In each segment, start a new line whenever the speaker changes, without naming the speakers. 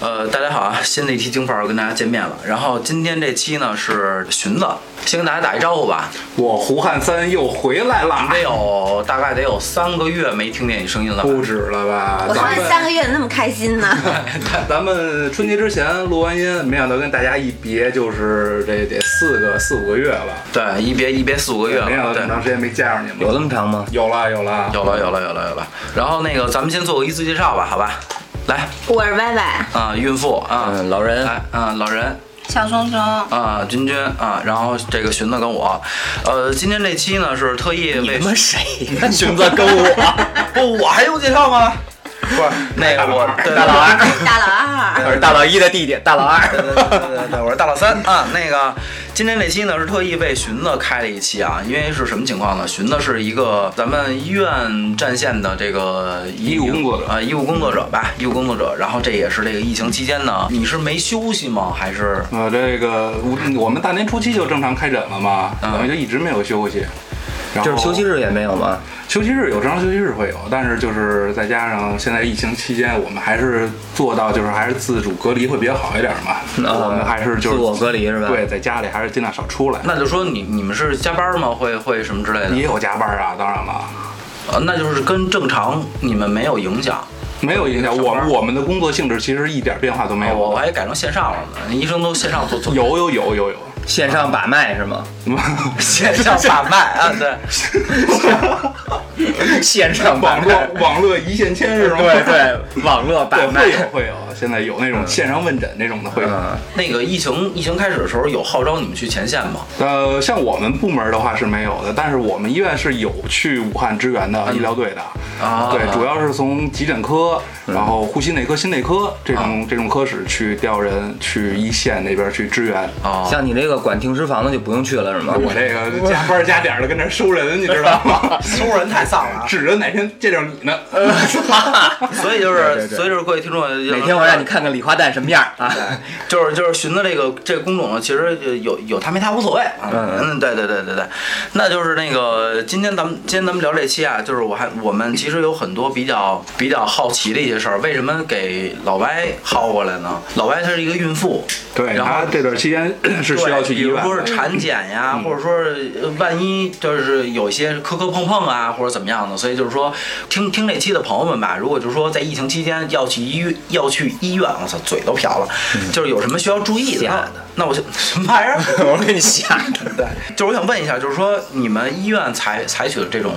呃，大家好啊，新的一期京范儿又跟大家见面了。然后今天这期呢是荀子，先跟大家打一招呼吧。
我胡汉三又回来
啊
啦，
得有大概得有三个月没听见你声音了吧。
不止了吧？
我说
咱
这
们
三个月怎么那么开心呢？
咱们春节之前录完音，没想到跟大家一别就是这得四个四五个月了，
对，一别一别四五个月
没想到
了。
这么
对，
长时间没见着你们。
啊有那么长吗？
有了有了，
有了有了有了有了。然后那个，咱们先做个一字介绍吧，好吧？来
我是歪 歪，
啊、孕妇啊，
嗯，老人
来啊、老人
小松松，
啊、君君啊、然后这个荀子跟我，呃，今天这期呢是特意为
你他妈谁 呀？寻子跟我，
不，我还用介绍吗？
不是
那个我对
大老二，
大老二，
我是大老一的弟弟，大老
对
二。
对对对对，我是大老三啊。那个，今天这期呢是特意为荀子开了一期啊，因为是什么情况呢？荀子是一个咱们医院战线的这个医
医务工作者
啊、医务工作者吧，医务工作者。然后这也是这个疫情期间呢，你是没休息吗？还是
呃，这个嗯我我们大年初七就正常开诊了嘛，
嗯
咱们就一直没有休息。然后
就是休息日也没有吗？
休息日有，正常休息日会有，但是就是再加上现在疫情期间，我们还是做到就是还是自主隔离会比较好一点嘛。
啊
我们还是就是
自我隔离是吧？
对，，在家里还是尽量少出来。
那就说你你们是加班吗？会会什么之类的
也？有加班啊，当然了，
呃，那就是跟正常你们没有影响。
没有影响。
上
我
班
们我们的工作性质其实一点变化都没
哎，我我
有。
还改成线上了呢，医生都线上做做
有有有有有，
线上把脉是吗？
线上把脉啊，对。
线上把
网络
脉，
网络一线牵是吗？
对对，网络把
对，
脉
会。有会有，现在有那种线上问诊那种的会有。
嗯，
那个疫情疫情开始的时候，有号召你们去前线吗？
呃，像我们部门的话是没有的，但是我们医院是有去武汉支援的医疗队的。
啊
对，主要是从急诊科，然后呼吸内科、心内科这种这种科室去调人去一线那边去支援。
哦，
像你这个管停尸房的就不用去了是吗？
我这个加班加点儿的跟那儿收人，你知道吗？
收人太丧了啊
指着哪天见着你 呢？
所以就
对
是，
对对
所以就是各位听众，
哪天我让你看看礼花弹什么样啊？
就是就是寻思这个这个工种呢，其实呃有有他没他无所谓。
嗯
嗯，对对对对对，那就是那个今天咱们今天咱们聊这期啊，就是我还我们其实有很多比较比较好奇的一些事儿，为什么给老歪薅过来呢？老歪她是一个孕妇，
对，
然后
他这段期间是需要去医
对
院
比如说
的。嗯
是产检呀，或者说呃万一就是有一些磕磕碰碰啊，或者怎么样的，所以就是说，听听这期的朋友们吧，如果就是说在疫情期间要去医院要去医院，我操，嘴都瓢了，
嗯
就是有什么需要注意的，
吓
那
的
那我就什么 玩意儿？
我给你吓 的。
就是我想问一下，就是说你们医院采采取了这种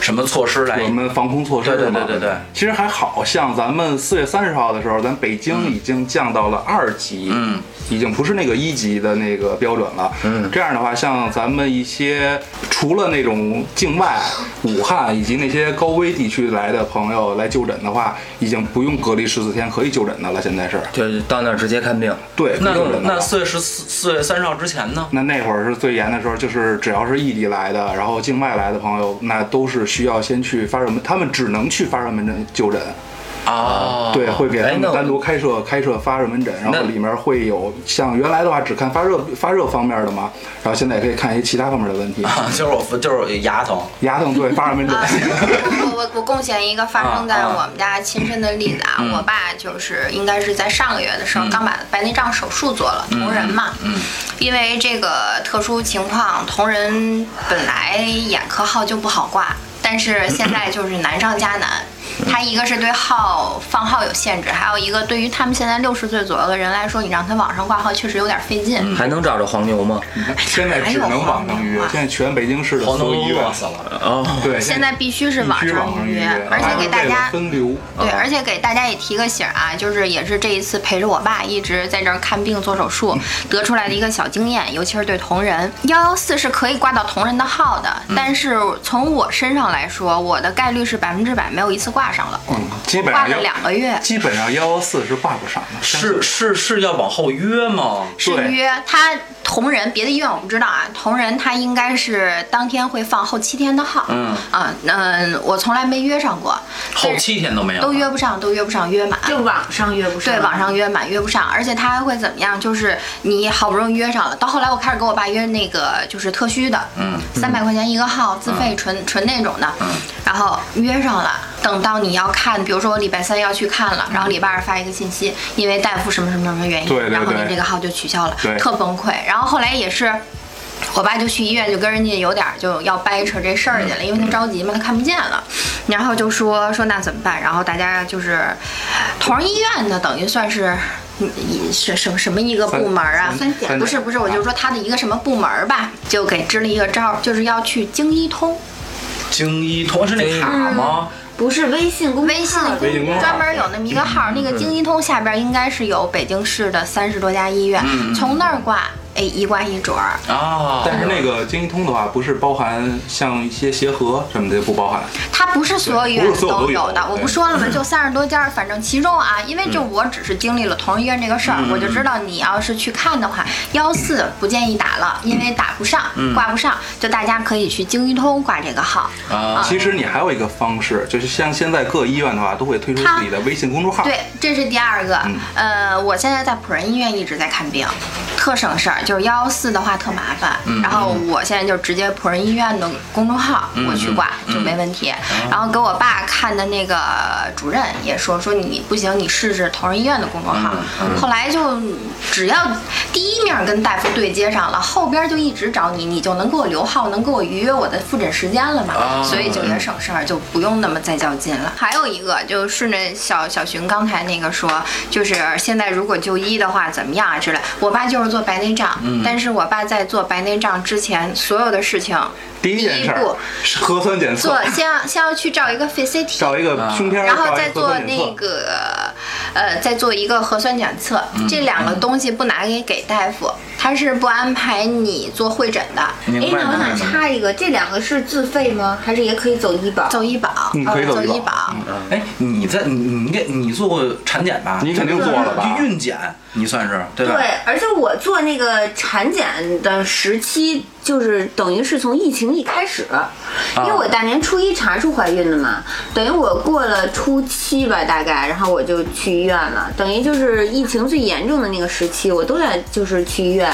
什么措施来？
我们防控措施
对对
是吗
对对对
其实还好像咱们四月三十号的时候，咱北京已经降到了二级，
嗯，
已经不是那个一级的那个标准了。嗯，这样的话，像咱们一些除了那种境外、武汉以及那些高危地区来的朋友来就诊的话，已经不用隔离十四天，可以就诊的了。现在是
就是到那儿直接看病。
对，
那
不用诊的
那
了
四月十四四月三十号之前呢？
那那会儿是最严的时候，就是只要是异地来的，然后境外来的朋友，那都是需要先去发热门，他们只能去发热门诊就诊，
哦，
啊对，会给他
哎
们
那我
单独开设开设发热门诊，然
那
后里面会有像原来的话只看发热发热方面的嘛，然后现在也可以看一些其他方面的问题，
啊， 就是我就是牙疼，
牙疼对发热门诊，
啊我我我贡献一个发生
啊
在我们家亲身的例子
嗯
啊，我爸就是应该是在上个月的时候刚把白内障手术做了，同仁嘛，
嗯
因为这个特殊情况，同仁本来眼科号就不好挂，但是现在就是难上加难。
嗯
他一个是对号放号有限制，还有一个对于他们现在六十岁左右的人来说，你让他网上挂号确实有点费劲。
嗯
还能找着黄牛吗？
现在只能网上预约，现在全北京市的
黄
所
都
有医院
饿，死了。
哦，
对，
现在必须是
必
网
须
上
网上
预
预
约
约，，啊
而且给大
为了
家
分嗯流。
对，而且给大家也提个醒儿啊，就是也是这一次陪着我爸一直在这儿看病做手术
嗯
得出来的一个小经验，尤其是对同仁，幺幺四是可以挂到同仁的号的，
嗯
但是从我身上来说，我的概率是百分之百没有一次挂上了，
嗯，基本
挂
上
了两个月。
基本上幺幺四是挂不上的，
是是是要往后约吗？
是
对
约他同仁，别的医院我不知道啊。同仁他应该是当天会放后七天的号，
嗯
啊，嗯、我从来没约上过，
后七天啊都没有，
都约不上，都约不上，约满。
就网上约不上，
对，网上约满约不上，而且他还会怎么样？就是你好不容易约上了，到后来我开始给我爸约那个就是特需的，
嗯，
嗯
三百块钱一个号，自费纯纯那种的，然后约上了，等到你要看，比如说我礼拜三要去看了，然后礼拜二发一个信息，因为大夫什么什么什么原
嗯
因，
对对
然后
对
您这个号就取消了
对，
特崩溃。然后后来也是。我爸就去医院，就跟人家有点儿就要掰扯这事儿去了，因为他着急嘛，他看不见了。然后就说说那怎么办？然后大家就是同仁医院呢，等于算是嗯一是什么什么一个部门儿啊？
三三
不是不是，我就说他的一个什么部门儿吧，就给支了一个招儿，就是要去京医通。
京一通哦是那卡
嗯
吗？
不是微信公
微信
号
微信公号
专门有那么一个号，那个京一通下边应该是有北京市的三十多家医院，
嗯嗯
从那儿挂，哎，一挂一准儿。
啊，
但是那个京一通的话，不是包含像一些协和什么的不包含，
它不是所有医院
不是所有
都
都有
的，我不说了吗？就三十多家，反正其中啊，因为
嗯
就我只是经历了同仁医院这个事儿，我就知道你要是去看的话，幺四不建议打了，因为打不上，
嗯
挂不上，就大家可以去京一通挂这个号。
啊，
其实你还有一个方式，就是像现在各医院的话，都会推出自己的微信公众号。
对，这是第二个。
嗯
呃，我现在在普仁医院一直在看病，特省事儿。就是幺幺四的话特麻烦，
嗯
然后我现在就直接普仁医院的公众号
嗯
我去挂、就没问题。
哦
然后给我爸看的那个主任也说说你不行，你试试同仁医院的公众
嗯
号。后来就只要第一面跟大夫对接上了，后边就一直找你，你就能给我留号，能给我预约我的复诊时间了嘛。
哦
啊
所以就也省事儿，就不用那么再较劲了。还有一个就顺着小小寻刚才那个说，就是现在如果就医的话怎么样啊之类。我爸就是做白内障，
嗯
但是我爸在做白内障之前，所有的事情
第一件事
第一步
儿是核酸检测
做，先要先要去照一个 FCT，
找一个胸片儿，
啊然后
找
再
一个核
做
酸检测
那个，呃，再做一个核酸检测，
嗯
这两个东西不拿给给大夫，他是不安排你做会诊的，
明
哎，
白
那我
明
想
白。
插一个，这两个是自费吗？还是也可以走医保？
走医保，呃
嗯可以走
走
医保
保，
哎，你在你你你做过产检吧？
你肯定做了吧？
孕检，你算是对吧？
对，而且我做那个产检的时期，就是等于是从疫情一开始，
啊
因为我大年初一查出怀孕的嘛，等于我过了初七吧，大概，然后我就去医院了，等于就是疫情最严重的那个时期，我都在就是去医院。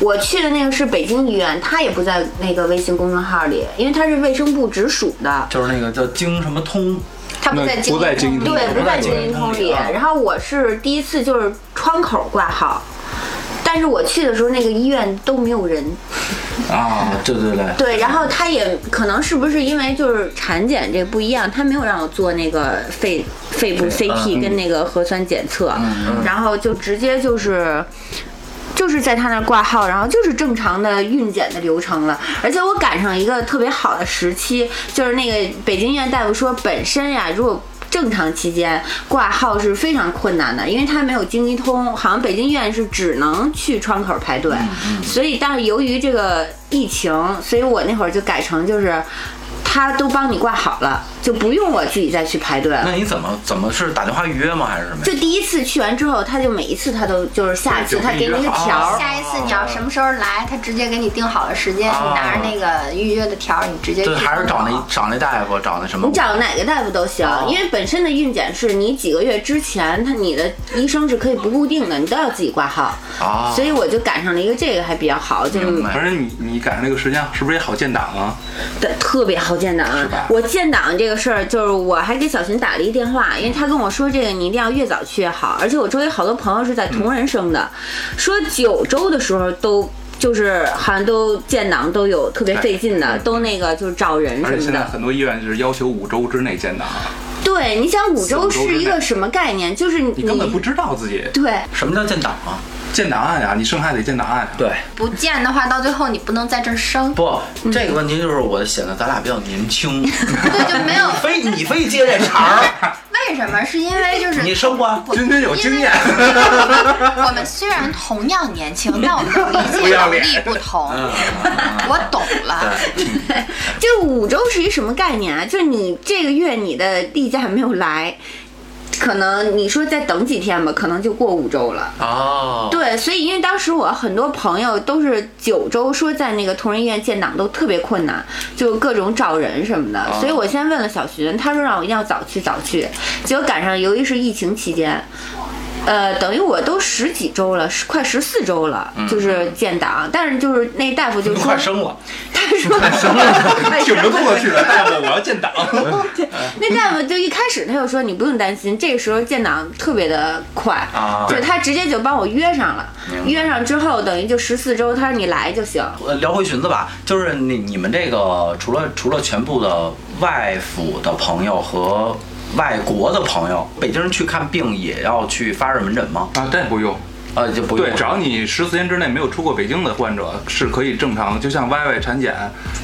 我去的那个是北京医院，它也不在那个微信公众号里，因为它是卫生部直属的。
就是那个叫京什么通，
他不在
那不在
京
京
医
医
通
通
对，不
不在
在
京
京
一
一
通
通
里
里
啊。
然后我是第一次就是窗口挂号，但是我去的时候那个医院都没有人。
啊，
嗯
对对对，
对，然后他也可能是不是因为就是产检这不一样，他没有让我做那个肺肺部 CT 跟那个核酸检测，然后就直接就是。就是在他那儿挂号，然后就是正常的孕检的流程了。而且我赶上一个特别好的时期，就是那个北京医院大夫说，本身呀，如果正常期间挂号是非常困难的，因为它没有京一通，好像北京医院是只能去窗口排队。所以，但是由于这个疫情，所以我那会儿就改成就是。他都帮你挂好了，就不用我自己再去排队了。
那你怎么怎么是打电话预约吗？还是什么呀？
就第一次去完之后，他就每一次他都就是下一次
对就
他给你一
预约
个
好
条儿，
下一次你要什么时候来，他直接给你定好了时间，
哦
你拿着那个预约的条儿，你直接去
对，
门口。
还是找那找那大夫，找那什么？
你找哪个大夫都行，
哦
因为本身的孕检是你几个月之前，他你的医生是可以不固定的，你都要自己挂号。
哦
啊，
所以我就赶上了一个这个还比较好，就是
明白
而且你你赶上这个时间，是不是也好建档啊？
对，特别好建档
吧。
我建档这个事儿，就是我还给小群打了一电话，因为他跟我说这个你一定要越早去越好。而且我周围好多朋友是在
嗯
同仁生的，说九周的时候都。就是好像都建档都有特别费劲的，都那个就是找人
嗯而
什
且
么
现在
的。
很多医院就是要求五周之内建档，啊
对，你想五周
四五周
是一
之
个
内
什么概念？就是你
你根本不知道自己
对，
什么叫建档啊？
建档案呀，你生孩子得建档 案呀。啊
对，
不见的话，到最后你不能在这 儿生，
不，
嗯
这个问题就是我显得咱俩比较年 轻，
对，就没有。
非你非接这茬儿，
为什么？是因为就是
你生过？啊
我
君君有经验。
因为我们虽然同样年轻，但我们的理解能力不同。我懂了，
这五周是一什么概念啊？就是你这个月你的例假没有来，可能你说再等几天吧，可能就过五周了。
哦，
对，所以因为当时我很多朋友都是九周，说在那个同仁医院建档都特别困难，就各种找人什么的。所以我先问了小徐，他说让我一定要早去早去，结果赶上由于是疫情期间。呃，等于我都十几周了，十快十四周了，就是建档，但是就是那大夫就
都
说
快，生了，
他说
挺着动作去的，大夫，我要建档。
那那大夫就一开始他就说你不用担心，这个时候建档特别的快，
啊
就是他直接就帮我约上了，
明
约上之后等于就十四周，他说你来就行。
呃，聊回裙子吧，就是你你们这个除了除了全部的外府的朋友和外国的朋友，北京人去看病也要去发热门诊吗？
啊，这不用。
呃，就不用
对，只要你十四天之内没有出过北京的患者，是可以正常，就像 YY 产检，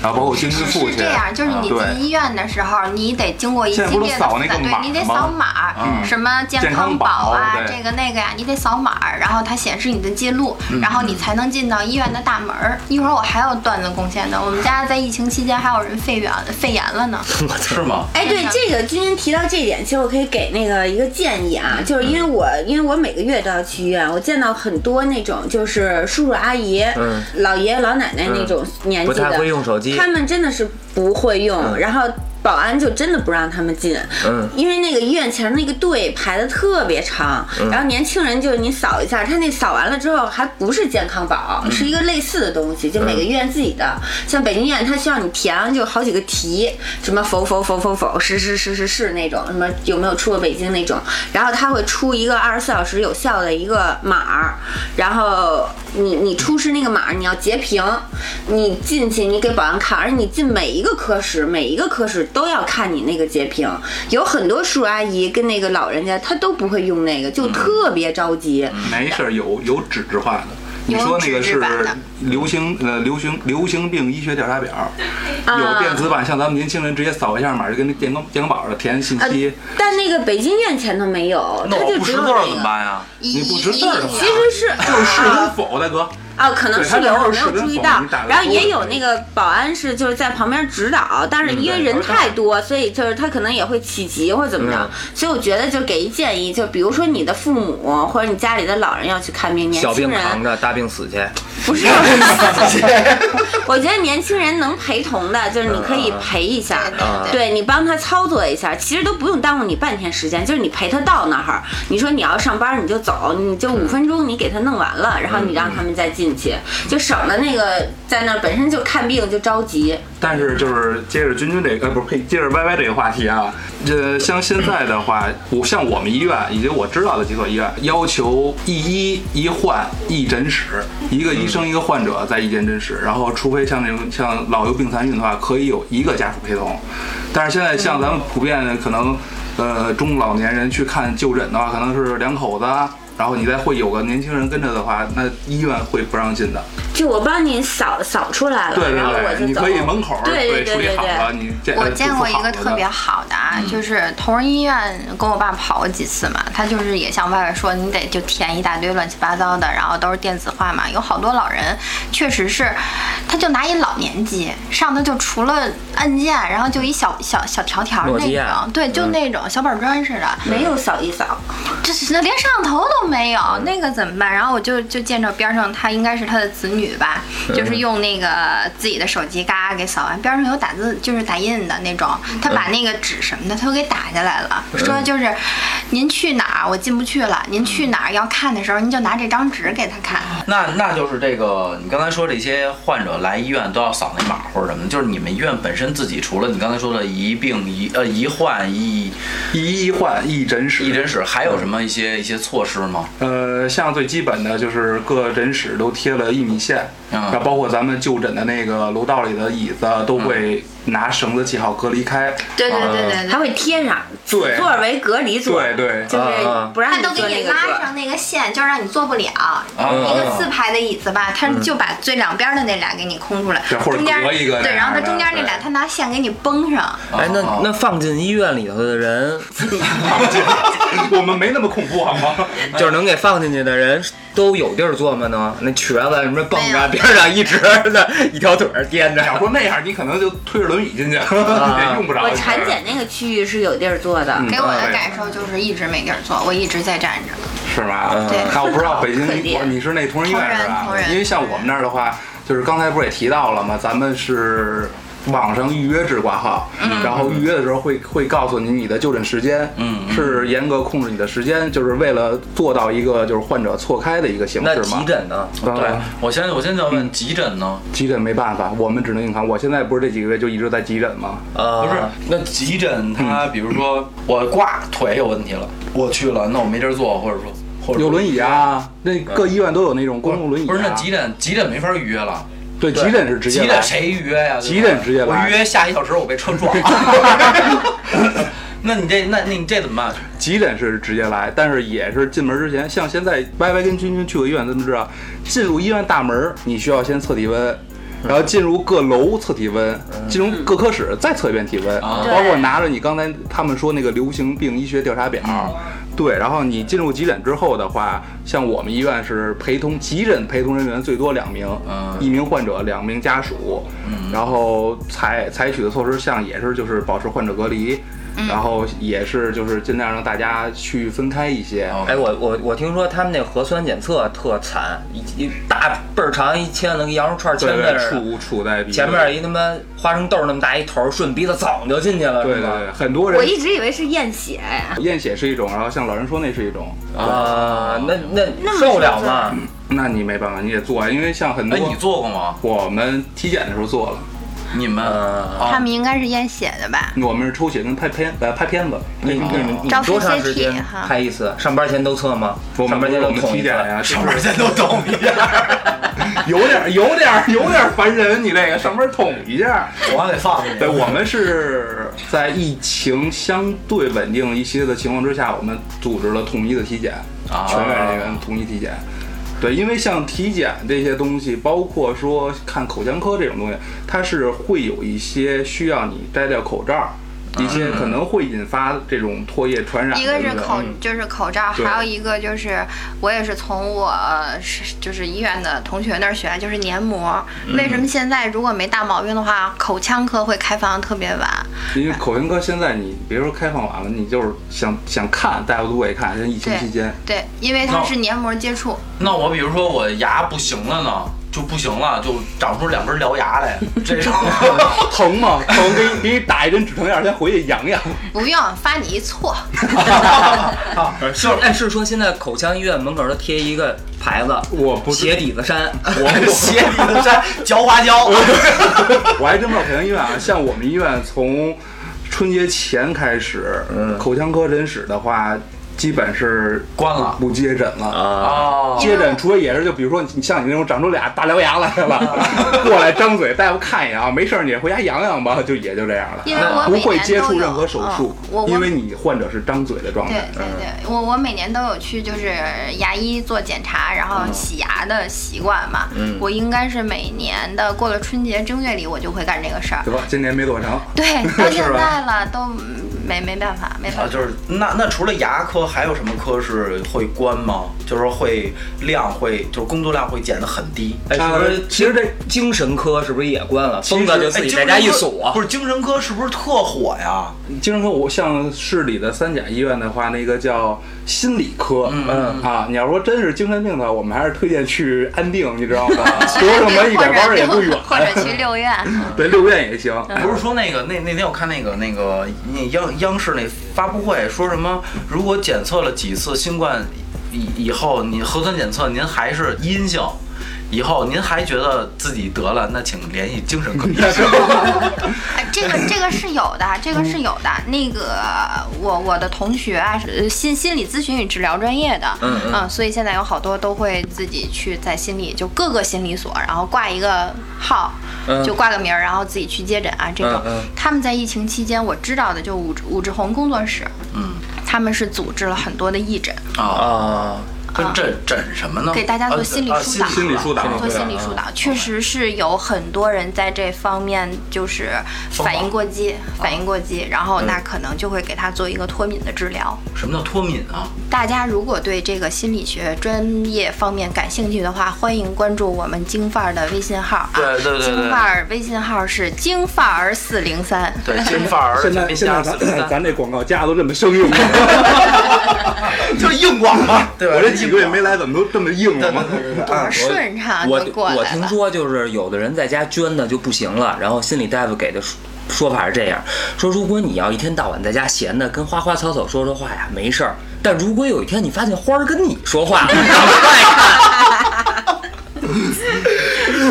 然后包括精
是
孕妇
是
去，啊
这样，就是你
对
进医院的时候，你得经过一系
现在不是
列的复
扫
杂，
那个码
对你得
吗嗯
扫码，什么健
健康
康宝啊
宝，对
这个那个呀，你得扫码，然后它显示你的记录，
嗯
然后你才能进到医院的大门儿。一会儿我还有段子贡献呢，我们家在疫情期间还有人肺炎肺炎了 呢。
是吗？
哎，对
嗯
这个君君提到这一点，其实我可以给那个一个建议啊，就是因为我因为我每个月都要去医院，我见到很多那种就是叔叔阿姨、
嗯
老爷爷老奶奶那种年纪
不
的，
太会用手机
他们真的是不会用，然后。保安就真的不让他们进，
嗯
因为那个医院前那个队排的特别长，
嗯
然后年轻人就是你扫一下，他那扫完了之后还不是健康宝，
嗯
是一个类似的东西，就每个医院自己的。像北京医院，它需要你填就好几个题，什么否否否否否是是是是是那种，什么有没有出过北京那种，然后他会出一个二十四小时有效的一个码儿，然后你你出示那个码儿，你要截屏，你进去你给保安看，而你进每一个科室，每一个科室都要看你那个截屏。有很多叔叔阿姨跟那个老人家，他都不会用那个，就特别着急。
没事儿，有有纸质化的。你
有
说那个
纸质
是
版的
流行呃流行流行病医学调查表，
啊
有电子版，像咱们年轻人直接扫一下码就跟那健康健康宝似的填信
啊
息。
但那个北京医院前头没有，
那
他
我
就
不
只
识
有
字儿怎么
那个。
办呀？
你
不识字儿的话
其实是
就是
啊
是跟否，大哥。
啊，可能
对
是
他
有
那会
我
儿
没有
是跟
注意
保
到
安打，个
然后也
勾
有那个保安是就是在旁边指导，但是因为
对
人
有点
太多，所以就是他可能也会起急或者怎么着
嗯，
所以我觉得就给一建议，就比如说你的父母或者你家里的老人要去看病，年
小
轻
病
人
扛着，大病死去。
不 是，我觉得年轻人能陪同的，就是你可以陪一下
嗯嗯嗯，
对你帮他操作一下，其实都不用耽误你半天时间，就是你陪他到那儿，你说你要上班你就走，你就五分钟你给他弄完了，然后你让他们再
嗯
进去，就省得那个在那儿本身就看病就着急。
但是就是接着君君这个，呃，不是呸接着 YY 这个话题啊，呃，像现在的话，我像我们医院以及我知道的几所医院，要求一医一患一诊室，一个医生一个患者在一间诊室，然后除非像那种像老幼病残孕的话，可以有一个家属陪同。但是现在像咱们普遍可能，呃，中老年人去看就诊的话，可能是两口子啊，然后你再会有个年轻人跟着的话，那医院会不让进的。
就我帮你扫扫出 来了，
对对
然后我
对，
就
你
走。
可以门口儿
对对
处
对
理
对
好了，
对。
你见
我
呃
见过一个特别
好
好的啊，就是同仁医院跟我爸跑过几次嘛，他就是也像外外说，你得就填一大堆乱七八糟的，然后都是电子化嘛。有好多老人确实是，他就拿一老年机，上头就除了按键，然后就一小小小条条
诺基
那
亚
种，对，就那种小板砖似的，
没有扫一扫，
这是连上头都没有，那个怎么办？然后我就就见着边上他应该是他的子女吧，
嗯
就是用那个自己的手机嘎嘎给扫完，边上有打字就是打印的那种，他
嗯
把那个纸什么的他都给打下来了，说就是您去哪儿我进不去了，您去哪儿要看的时候您就拿这张纸给他看。
哦
那那就是这个，你刚才说这些患者来医院都要扫那码或者什么的，就是你们医院本身自己除了你刚才说的一病一呃一患一
的一医患一诊室，
一诊室，还有什么一些一些措施吗？
呃，像最基本的就是各诊室都贴了一米线，
嗯
然后包括咱们就诊的那个楼道里的椅子都会拿绳子系好隔离开，
对对对
哦
对
还
对。
会贴上，此
对
座为隔离座，
对对
就是
啊啊
不让
他
你
都给
坐
你
那个座
拉上那个线，就让你坐不了。
嗯
一个四排的椅子吧，他就把最两边的那俩给你空出来，
对或者
中间
隔一个那
对，然后他
样的
中间那
对
俩他拿线给你绷上。
哎，那
哦
那放进医院里头的人，
我们没那么恐怖好吗？
就是能给放进去的人，都有地儿坐吗？能？那瘸子什么蹦
没
着
有
边上一直的一条腿儿颠
你要
着，
说那样，你可能就推着轮椅进去， 也用不着。
我产检那个区域是有地儿坐的，
给我的
嗯对
感受就是一直没地儿坐，我一直在站着。
是吧？
对
那我不知道北京
可怜
我你是那同仁医院是吧
同仁同？仁
因为像我们那儿的话，就是刚才不是也提到了吗？咱们是网上预约制挂号，然后预约的时候会会告诉你你的就诊时间，
嗯
是严格控制你的时间，就是为了做到一个就是患者错开的一个形
那
式嘛
急。诊呢？
呃
对，我现在我现在要问急诊呢？
急诊没办法，我们只能硬扛。我现在不是这几个月就一直在急诊吗？
啊，
不是，那急诊
嗯
它比如说我挂腿有问题了，我去了，那我没地儿坐，或者说或者说
有轮椅啊，那各医院都有那种公共轮椅、啊。
不是，那急诊急诊没法预约了，
对急诊是直接
急
来
诊谁预约呀？对吧
急诊直接
我
来
预约下一小时我被车 撞。 那你这那那你这怎么办？
急诊是直接来，但是也是进门之前，像现在歪歪跟君君去过医院，咱们知道，进入医院大门儿你需要先测体温。然后进入各楼测体温，进入各科室再测一遍体温，
嗯啊
包括拿着你刚才他们说那个流行病医学调查表，
嗯
对。然后你进入急诊之后的话，像我们医院是陪同急诊陪同人员最多两名，
嗯
一名患者，两名家属，
嗯
然后采采取的措施像也是就是保持患者隔离，
嗯
然后也是就是尽量让大家去分开一些。
哦
哎，我我我听说他们那核酸检测特惨，一一大倍儿长一签子跟羊肉串
对
签在
对，
这儿，
处处在鼻子
前面一他妈花生豆那么大一头，顺鼻子早就进去了，
对对
是吗
对，很多
我
人
一直以为是验血哎，
验血是一种，然后像老人说那是一种，
啊，那那
么
受了吗？
那你没办法，你得做，因为像很多
哎，你做过吗？
我们体检的时候做了，
你们
呃
嗯
哦
啊
他们应该是验血的吧？
我们是抽血跟拍片呃拍片子，
你你
嗯
你你
照
多长
CCT
时间
哈
拍一次？上班前都测吗？
我
上
们
班前
我
都
们
捅
体
一
检啊
次。
呀，
上班现在都啊懂一 下，
有点有点有点烦人，你这个上边捅一下。
我还得放你
对，我们是在疫情相对稳定一些的情况之下，我们组织了统一的体检，
啊
全院人员统一体检。对，因为像体检这些东西，包括说看口腔科这种东西，它是会有一些需要你摘掉口罩，一些可能会引发这种唾液传染的
一
这种。
个是口，就是口罩，
嗯对
还有一个就是我也是从我呃是就是医院的同学那儿学，就是黏膜。
嗯
为什么现在如果没大毛病的话，口腔科会开放得特别晚？
因为口腔科现在你别说开放晚了，你就是想想看大夫都会看，像疫情
对
期间。哦
对，因为它
那
是黏膜接触。
那我比如说我牙不行了呢，就不行了，就长出两根獠牙来，这 种
疼吗？疼，给你给你打一针止疼药，先回去养养。
不用发你一错，
是哎，是说现在口腔医院门口都贴一个牌子，
我不知
鞋底子山，
我鞋里的 山嚼花椒。
哦
我还真不知道口腔医院啊，像我们医院从春节前开始，口腔科诊室的话，基本是
嗯关了
不接诊了。
啊，
哦，
接诊，除非也是就比如说你像你那种长出俩大獠牙来
啊
了， 过来张嘴，大夫看一眼啊，没事儿，你回家养养吧，就也就这样了，
因为我
不
每
会
年
接
都
触
有
任何手术
嗯我，我
因为你患者是张嘴的状
对
态。嗯
对对，我我每年都有去就是牙医做检查，然
嗯
后洗牙的习惯嘛。我应该是每年的过了春节正月里，我就会干这个事儿。
对吧？今年没做成，
对，到现在了都没没办法，没
啊
办，法。
就是那那除了牙科，还有什么科是会关吗？就是说会量会就是工作量会减得很低。
哎，是不
呃
是
其实这
精神科是不是也关了？
其
疯
实
子就自己在家一
哎精神科
锁啊
不，是精神科是不是特火呀？
精神科，我像市里的三甲医院的话，那个叫心理科，
嗯
啊，你要说真是精神病的话，我们还是推荐去安定，你知道吗？多少门一
或
百
者
弯儿也不远，
或者 去六院。
对，六院也行。
不是说那个那那天我看那个那个那央央视那发布会说什么，如果检测了几次新冠以以后，您核酸检测您还是阴性，以后您还觉得自己得了，那请联系精神科医 生。
哎，这个这个是有的，这个是有的。那个我我的同学啊，是心心理咨询与治疗专业的，
嗯嗯
所以现在有好多都会自己去在心理就各个心理所，然后挂一个号，
嗯
就挂个名儿，然后自己去接诊啊这种。
嗯嗯
他们在疫情期间，我知道的就武武志红工作室，
嗯
他们是组织了很多的义诊，
啊，
啊，
跟诊诊什么呢？
给大家做
啊
心理
啊
疏导
心理疏导
做心理疏导，确实是有很多人在这方面就是反应过激，反应过激，然后那可能就会给他做一个脱敏的治疗。
什么叫脱敏啊？
大家如果对这个心理学专业方面感兴趣的话，欢迎关注我们京范儿的微信号啊。
对对对
京
对
范儿微信号是京范儿四零三。
对，金范儿，
现在
金
现
家
在
四
咱
零三，
咱这广告加的都这么生硬，
就是硬广嘛，对吧？
我这几几个月没来，怎么都这么硬了吗？
多顺畅
我
就啊过来
我
了。
听说就是有的人在家捐的就不行了，然后心理大夫给的说说法是这样：说如果你要一天到晚在家闲的跟花花草草说说话呀，没事儿；但如果有一天你发现花儿跟你说话了，你赶快看。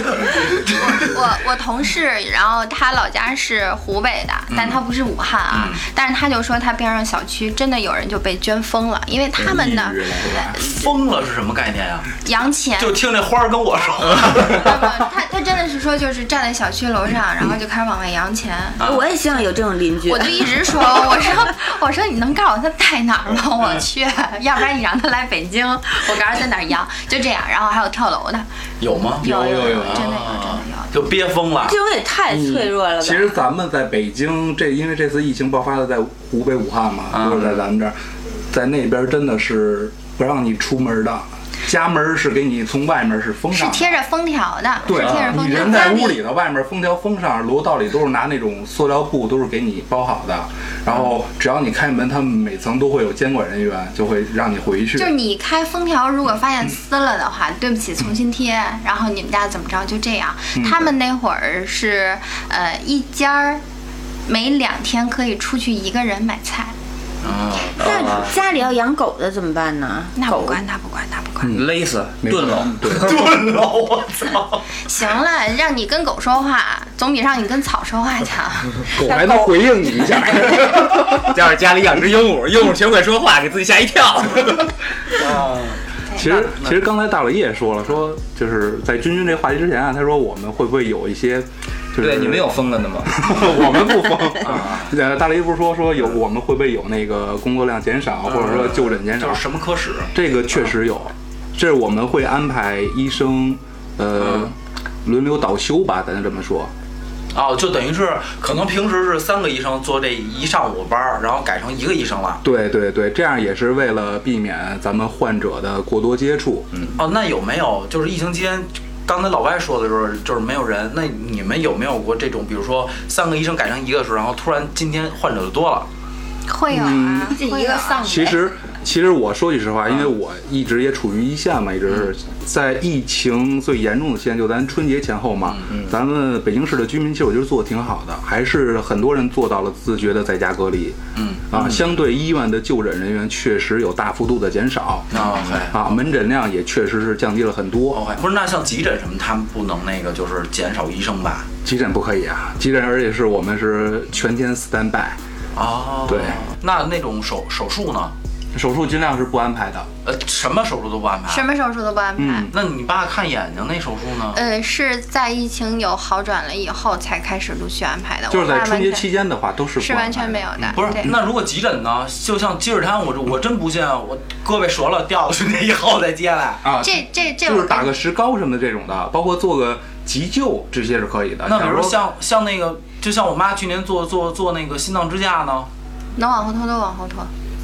我我同事，然后他老家是湖北的，
嗯
但他不是武汉啊。但是他就说他边上小区真的有人就被捐疯了，因为他们那
抑郁了是吧
疯了是什么概念呀、
洋钱，
就听那花儿跟我说话，
那么他他真的是说就是站在小区楼上，然后就开始往外扬钱。
嗯
我也希望有这种邻居
我。就一直说，我说我说你能告诉他在哪儿
嗯
吗？我去，要不然你让他来北京，我告诉他在哪儿扬，就这样。然后还有跳楼的，
有吗？
有
有有啊有
真的有真的有。
就憋疯 了
这。种也太脆弱了
嗯
吧
其？实咱们在北京，这因为这次疫情爆发的在湖北武汉嘛，不是在咱们这儿，在那边真的是不让你出门的，家门是给你从外面是封
是
上的。
贴着封条的，是
对啊
贴着，封
你
条
人
的。
在屋里头，外面封条封上，楼道里都是拿那种塑料布，都是给你包好的。然后只要你开门，他们每层都会有监管人员，就会让你回去
就。是你开封条，如果发现撕了的话，对不起，重新贴。然后你们家怎么着就这样。
嗯
他们那会儿是呃一家儿，每两天可以出去一个人买菜，
嗯，
那家里要养狗的怎么办呢？
那不
狗
哦
管他不管他不管。
勒死、
没
炖了，
对，
炖了，我 操！
行了，让你跟狗说话，总比让你跟草说话强。
狗还能回应你一下。
要是家里养只鹦鹉，鹦鹉学会说话，给自己吓一跳。
啊
其实，其实刚才大伟也说了，说就是在君君这话题之前啊，他说我们会不会有一些，就是
对，你们有疯了的吗？
我们不 疯。呃，大雷不是说说有我们会不会有那个工作量减少，或者说就诊减少
就是？什么科室？
这个确实有，这是我们会安排医生，呃，轮流倒休吧，咱就这么说。
哦，就等于是可能平时是三个医生做这一上午班儿，然后改成一个医生了。
对对对，这样也是为了避免咱们患者的过多接触。嗯，
哦，那有没有就是疫情期间，刚才老外说的时候就是没有人，那你们有没有过这种，比如说三个医生改成一个的时候，然后突然今天患者就多了？
会有啊，
这
会
一
有
个
啊
丧
嗯其
礼。
实其实我说句实话，因为我一直也处于一线嘛，一直是在疫情最严重的期间，就咱春节前后嘛，咱们北京市的居民其实我觉得做的挺好的，还是很多人做到了自觉的在家隔离。
嗯
啊，相对医院的就诊人员确实有大幅度的减少。
，OK
啊，门诊量也确实是降低了很多。
哦 OK，不是那像急诊什么，他们不能那个就是减少医生吧？
急诊不可以啊，急诊而且是我们是全天 stand by，
哦，
对，
那那种手手术呢？
手术尽量是不安排的。
呃，什么手术都不安排？
什么手术都不安排
嗯。
那你爸看眼睛那手术呢？
呃，是在疫情有好转了以后才开始陆续安排的。
就是
我
在
爸
春节
完全
期间的嗯话，都是
是
不安
完全
排的
没有的。
不是
对，
那如果急诊呢？就像积水潭，我这我真不信，啊我胳膊折了 掉下去以后再接来。
啊，
这这这
就
我
是打
跟
个石膏什么的这种的，包括做个急救这些是可以的。
那比如
假
像像那个，就像我妈去年做做做那个心脏支架呢，
能往后拖都往后拖。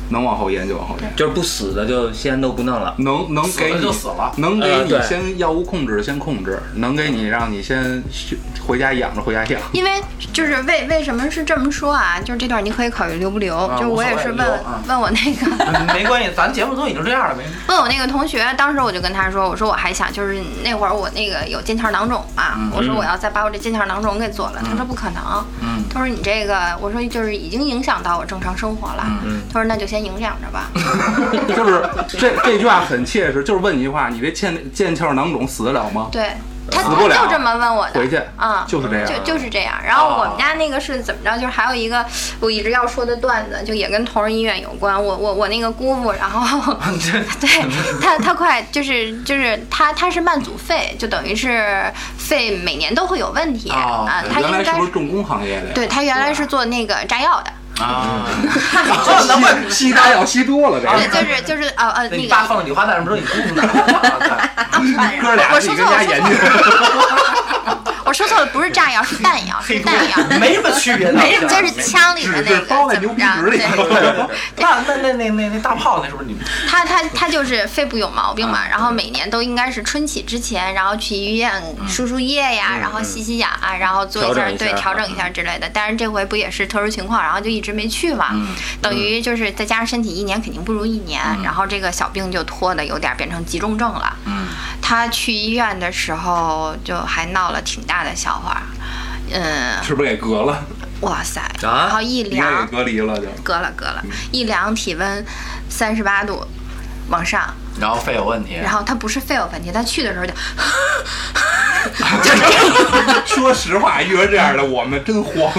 能往后延就往后延，
就是不死的就先都不弄 了。
能能给
死了
你
就死了
能给
呃
你
对
先药物控制先控制，能给你让你先去回家养着回家养。
因为就是为为什么是这么说啊？就是这段你可以考虑留不留。就是
无所
我也
谓
是问、
留啊
问我那个
没关系，咱节目都已经这样了，没
问我那个同学，当时我就跟他说，我说我还想就是那会儿我那个有腱鞘囊肿嘛，我说我要再把我这腱鞘囊肿给做了，他说不可能，
嗯
他说你这个，我说就是已经影响到我正常生活了，
嗯
他说那就先影响着 吧。
就是这这句话很切实，就是问你一句话：你这腱腱鞘囊肿死得了吗？
对，他
死
他
不了
就这么问我的，
回去
啊，
就是这样
就就是这样。然后
哦
我们家那个是怎么着？就是还有一个我一直要说的段子，就也跟同仁医院有关。我我我那个姑父，然后对他他快就是就是他他是慢阻肺，就等于是肺每年都会有问题
哦
啊。他
原
应
来是
该
不是重工行业的呀？
对他原来是做那个炸药的，
啊？
吸吸大药吸多了，这
对，
个
就是就是呃呃
那
那
你
个
爸放的礼花 弹，不知道你姑父哪儿来的？
哥俩
我
自己
说
跟
错了
家
我说
研
错
究。
了我我说错了，不是 炸药，是弹药，是弹药。
没什么区别的，
没什么，就是枪里的那
只是
个，
包在
怎
牛
么
皮纸
着？
里头
对，
那那那那那那大炮那是不是你们？
他他他就是肺部有毛病
嗯
嘛，然后每年都应该是春起之前，然后去医院输输液呀，然后吸吸氧啊，然后做一
嗯调
下
整一下嗯
对调整一下之类的。但是这回不也是特殊情况，然后就一直没去嘛，
嗯
等于就是再加上身体一年肯定不如一年，然后这个小病就拖的有点变成急重症了。
嗯
他去医院的时候就还闹了挺大的笑话，嗯，
是不是给隔了？
哇塞，
啊
然后一
应该
量
给隔离了就。
隔了隔了，一量体温三十八度往上。
然后肺有问题，
然后他不是肺有问题，他去的时候就
说实话，遇到这样的我们真慌。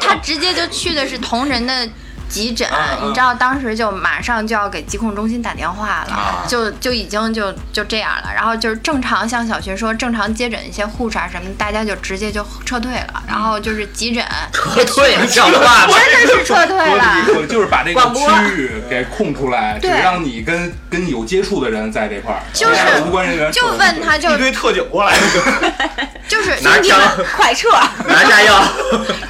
他直接就去的是同仁的急诊，你知道当时就马上就要给疾控中心打电话了，
啊
就就已经就就这样了。然后就是正常像小群说正常接诊一些护士啊什么，大家就直接就撤退了。然后就是急诊
撤退了，讲话 了。
真的是撤退了。
我就是把这个
广播
区域给空出来，只
对
让你跟跟有接触的人在这块儿，
就是
然后无关人员
就
守着
问他就
一堆特警过来，
就是
拿枪，
快撤！
拿炸药，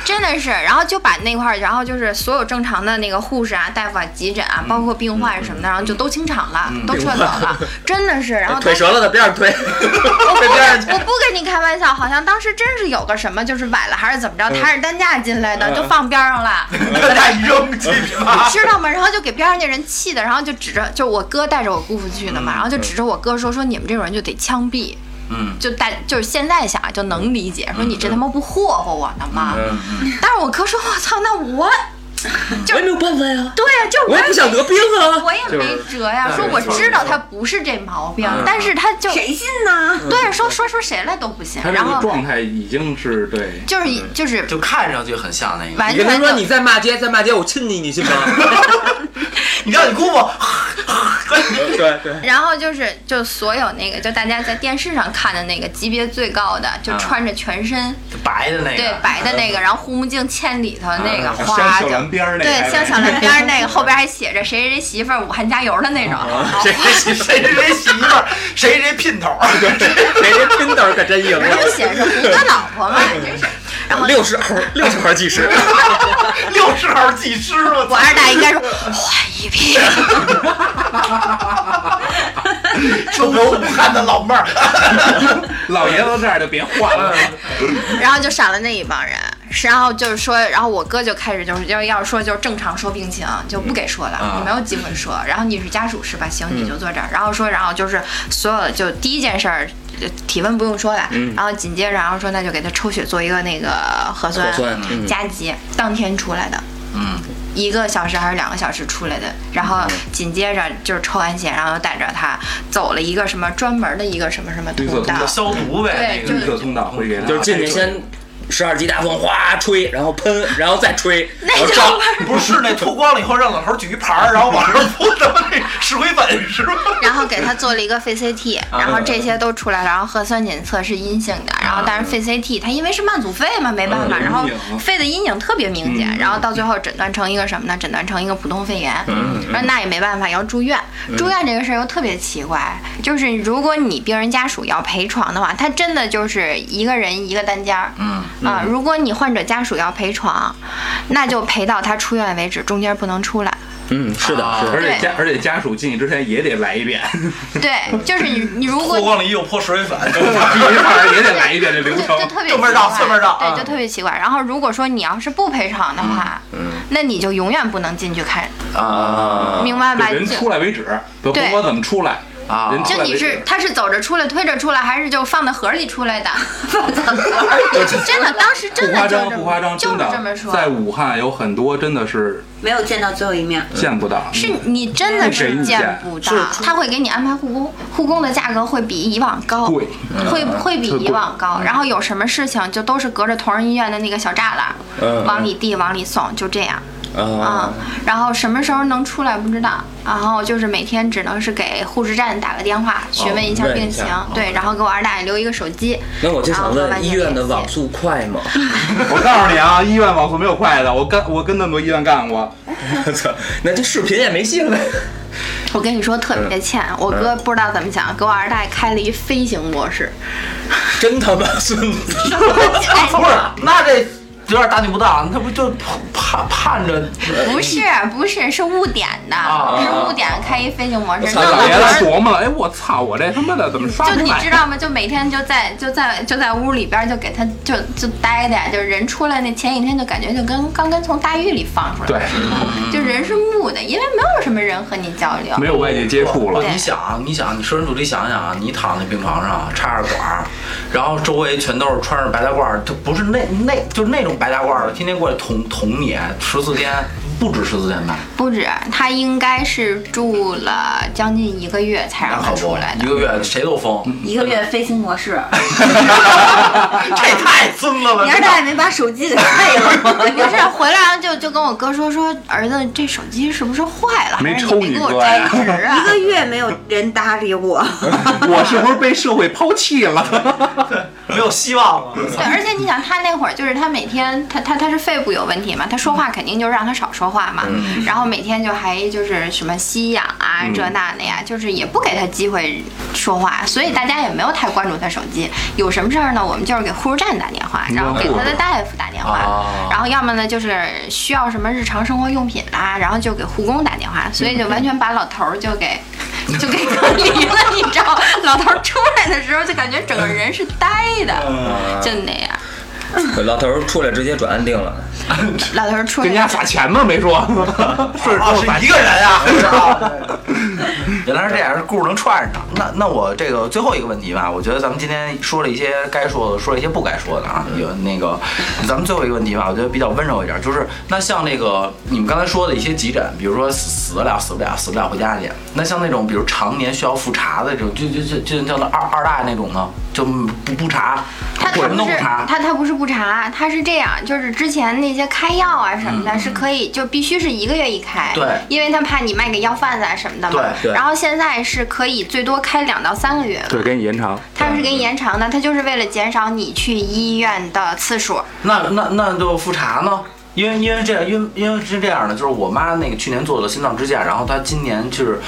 真的是，然后就把那块儿，然后就是所有正常的那个护士啊、大夫啊、急诊啊，包括病患什么的，然后就都清场了，都撤走了，真的是。然后当
腿
时
折了的边 上推，被边上
我不跟你开玩笑，好像当时真是有个什么，就是崴了还是怎么着，抬着担架进来的，就放边上了，
大家扔进去 吧。
知道吗？然后就给边上那人气的，然后就指着，就我哥带着我姑父去的嘛，然后就指着我哥说说你们这种人就得枪毙。
嗯，
就大就是现在想啊就能理解，说你这他妈不霍霍我呢吗？但是我哥说，我操，那我
我也没有办法呀，
对呀、就是
我也不想得病啊。
我也没辙呀。说我知道他不是这毛病，但是他就
谁信呢？
对说说说谁来都不行，
他这
然
个
后
状态已经是对，
就是就是
就看上去很像那个。
完
你跟他
全
说
就
你在骂街，在骂街，我亲你，你信吗？
你让你姑父，
对对，
然后就是就所有那个就大家在电视上看的那个级别最高的，就穿着全身
白的那个，
对白的那个，然后护目镜嵌里头那个
像
花
小
就
蓝边儿那个
对，像小蓝边儿那个后边还写着谁谁谁媳妇儿，武汉加油的那种。
谁
谁谁谁媳妇儿，谁谁姘头，
谁这拼斗可真赢
然后
了，
写着胡歌老婆嘛，真是。然后
六十号六十号技师，
六十号技师我操！
我二大应该说换一批，
中国武汉的老妹儿，
老爷子这样就别换了。
嗯然后就闪了那一帮人。然后就是说，然后我哥就开始就是要要说就是正常说病情，就不给说了，
啊
你没有机会说。然后你是家属是吧？行，你就坐这儿。然后说，然后就是所有的就第一件事儿，呃体温不用说了。然后紧接着，然后说那就给他抽血做一个那个核酸，
核酸嗯
加急，当天出来的。
嗯，
一个小时还是两个小时出来的，然后紧接着就是抽完血，然后带着他走了一个什么专门的一个什么什么
绿色
通
通
道
就，消毒呗，
对
那
绿
个
色通道会给他，哎
就是进去先十二级大风哗吹，然后喷，然后再吹，然后照，
不是那脱光了以后让老头举一盘儿，然后往上泼他妈那石灰粉是吧？
然后给他做了一个肺 CT，然后这些都出来了，然后核酸检测是阴性的，然后但是肺 CT 它因为是慢阻肺嘛，没办法，
嗯
然后
阴影
肺的阴影特别明显，然后到最后诊断成一个什么呢？诊断成一个普通肺炎，然后那也没办法，要住院。住院这个事儿又特别奇怪，就是如果你病人家属要陪床的话，他真的就是一个人一个单间儿，
嗯
啊，如果你患者家属要陪床，那就陪到他出院为止，中间不能出来。
嗯，是的，是
啊而
的，
且家而且家属进去之前也得来一遍，
对，就是你你如果
脱光了衣服泼石灰 粉，
一块儿也得来一遍这流
就
程
就。特别
正门绕
奇怪
侧门绕啊
对，就特别奇怪。然后如果说你要是不赔偿的话，
嗯
那你就永远不能进去看，
啊
明白吧？
对人
就
出来为止，甭
对
管怎么出来
啊
人出
就
来
你
为
是
止。
他是走着出来，推着出来，还是就放在盒里 出来的？放在盒里，真的，当时
不
真
夸
的就
张，
这
不
么
夸张，
就
真
是
的
这么，说。
在武汉有很多真的是
没有见到最后一面，
见不到，
是你真的是见不到
是，
他会给你安排护工，护工的价格会比以往高，
贵嗯
会会比
特贵嗯
以往高。然后有什么事情就都是隔着同仁医院的那个小栅栏，
嗯
往里递，往里送，就这样。
啊
嗯，，然后什么时候能出来不知道，然后就是每天只能是给护士站打个电话询问一下
哦问一
病
下
情，对，然后给我二大爷留一个手机。
那我就想
然后慢慢
问，医
再
院的
联系
网速快吗？
我告诉你啊，医院网速没 有快的，我干我跟那么多医院干过，
我操，那这视频也没戏了呗。
我跟你说特别欠，我哥不知道怎么想，给我二代开了一飞行模式。
真他妈孙子！
哎
不是，那这有点大逆不道，啊那不就盼盼 着
嗯
不是不是，是误点的，
啊
是误点开一飞行模式，
操
弄得
别
我
来
儿。
琢磨了，哎，我操，我这他妈的怎么刷
就
不
你
来？
知道吗？就每天就在就在就在屋里边儿就给他就就待待，就人出来那前几天就感觉就跟刚跟从大狱里放出来，
对，
就人是木的，因为没有什么人和你交流，
没有外界接触了
对。
你想啊，你想，你设身处地想想啊，你躺在病床上啊插着管儿，然后周围全都是穿着白大褂儿，就不是那那就是那种白大褂儿的，天天过来捅捅你十四天，不止十四天吧？
不止，他应该是住了将近一个月才
那
让他
可
出
不
来，
一
的。
个月谁都 疯，
一个月飞行模式，
这太孙子了
你。二大爷没把手机给废了吗？
不是回来就就跟我哥说说，儿子这手机是不是坏了？
没
还是
抽
你
你
没给我
哥
摘
呀
值 啊？
一个月没有人搭理我，
我是不是被社会抛弃 了？
没有希望了。
对，而且你想，他那会儿就是他每天，他他他是肺部有问题嘛，他说话肯定就让他少说话嘛，
嗯
然后每天就还就是什么吸氧啊、
嗯
这那的呀，就是也不给他机会说话，所以大家也没有太关注他手机。有什么事儿呢，我们就是给护士站打电话，然后给他的大夫打电话，
哦
然后要么呢就是需要什么日常生活用品啦、然后就给护工打电话，所以就完全把老头儿就给。 就给隔离了，你知道？老头儿出来的时候，就感觉整个人是呆的，就那样。
老头儿出来直接转安定了，
老头儿出来
跟
的
家撒钱吗？没 说，是
啊，是一个人啊，是吧？原来是这样，是故事能串上。那那我这个最后一个问题吧，我觉得咱们今天说了一些该说的，说了一些不该说的啊。有那个，咱们最后一个问题吧，我觉得比较温柔一点，就是那像那个你们刚才说的一些急诊，比如说死死得了死不了，死不了回家去。那像那种比如常年需要复查的这种，就就就就叫那二二大爷那种呢，就不不查，
他
或
他
者
不
弄
是
查。
他他不是不查，他是这样，就是之前那些开药啊什么的，是可以就必须是一个月一开，
对
因为他怕你卖给药贩子啊什么的嘛。
对
对
然后现在是可以最多开两到三个月的，
对，给你延长。
他是给你延长的，他就是为了减少你去医院的次数。
那那那就复查呢？因为因为这样，因为因为是这样的，就是我妈那个去年做了心脏支架，然后她今年就是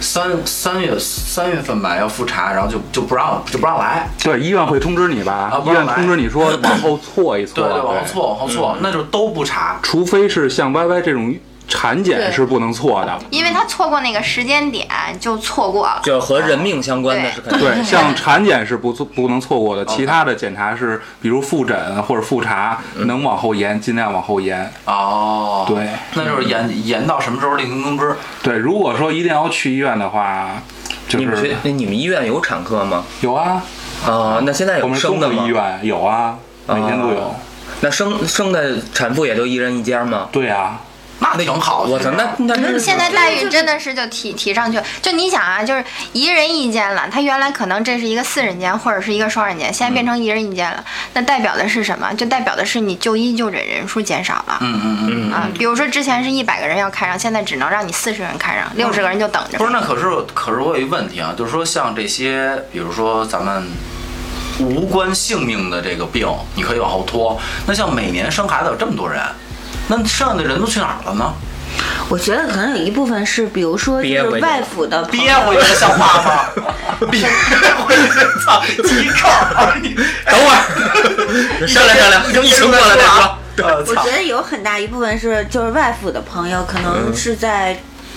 三三月三月份吧要复查，然后就就不让就不让来，
对，医院会通知你吧？
不
医
让
院
来
通知你说往后错一
对
错，
对，嗯往后错往后错，那就都不查。
除非是像 YY 这种产检是不能错的。
因为他错过那个时间点，就错过了。
就和人命相关的是肯定。
对，像产检是不错不能错过的，其他的检查是，比如复诊或者复查，能往后延尽量往后延。
哦，
对，
那就是延延到什么时候另行通知。
对，如果说一定要去医院的话，就
你们
是
学那你们医院有产科吗？
有啊，
啊，那现在
我
有
们
生
东
的
部医
吗？
院有啊，每天都有
啊。那生生的产妇也都一人一间吗？
对啊，
那挺好，
我操，那那真是
现在待遇真的是就提提上去了，就你想啊，就是一人一间了，他原来可能这是一个四人间或者是一个双人间，现在变成一人一间了，那代表的是什么？就代表的是你就医就诊人数减少了。
嗯嗯嗯，
啊，比如说之前是一百个人要开上，现在只能让你四十人开上，六十个人就等着。
不是，那可是可是我有一问题啊，就是说像这些，比如说咱们无关性命的这个病，你可以往后拖。那像每年生孩子有这么多人，那剩下的人都去哪儿了呢？
我觉得可能有一部分是，比如说就
憋
是
回去
外府的朋友
憋回去了像话吗？ 憋回去，操，急扣 儿！你哎
等会儿商量商量，已经
一直
过来再说。
呃，
我
操
觉，得有很大一部分是就是外府的朋友，可能是在、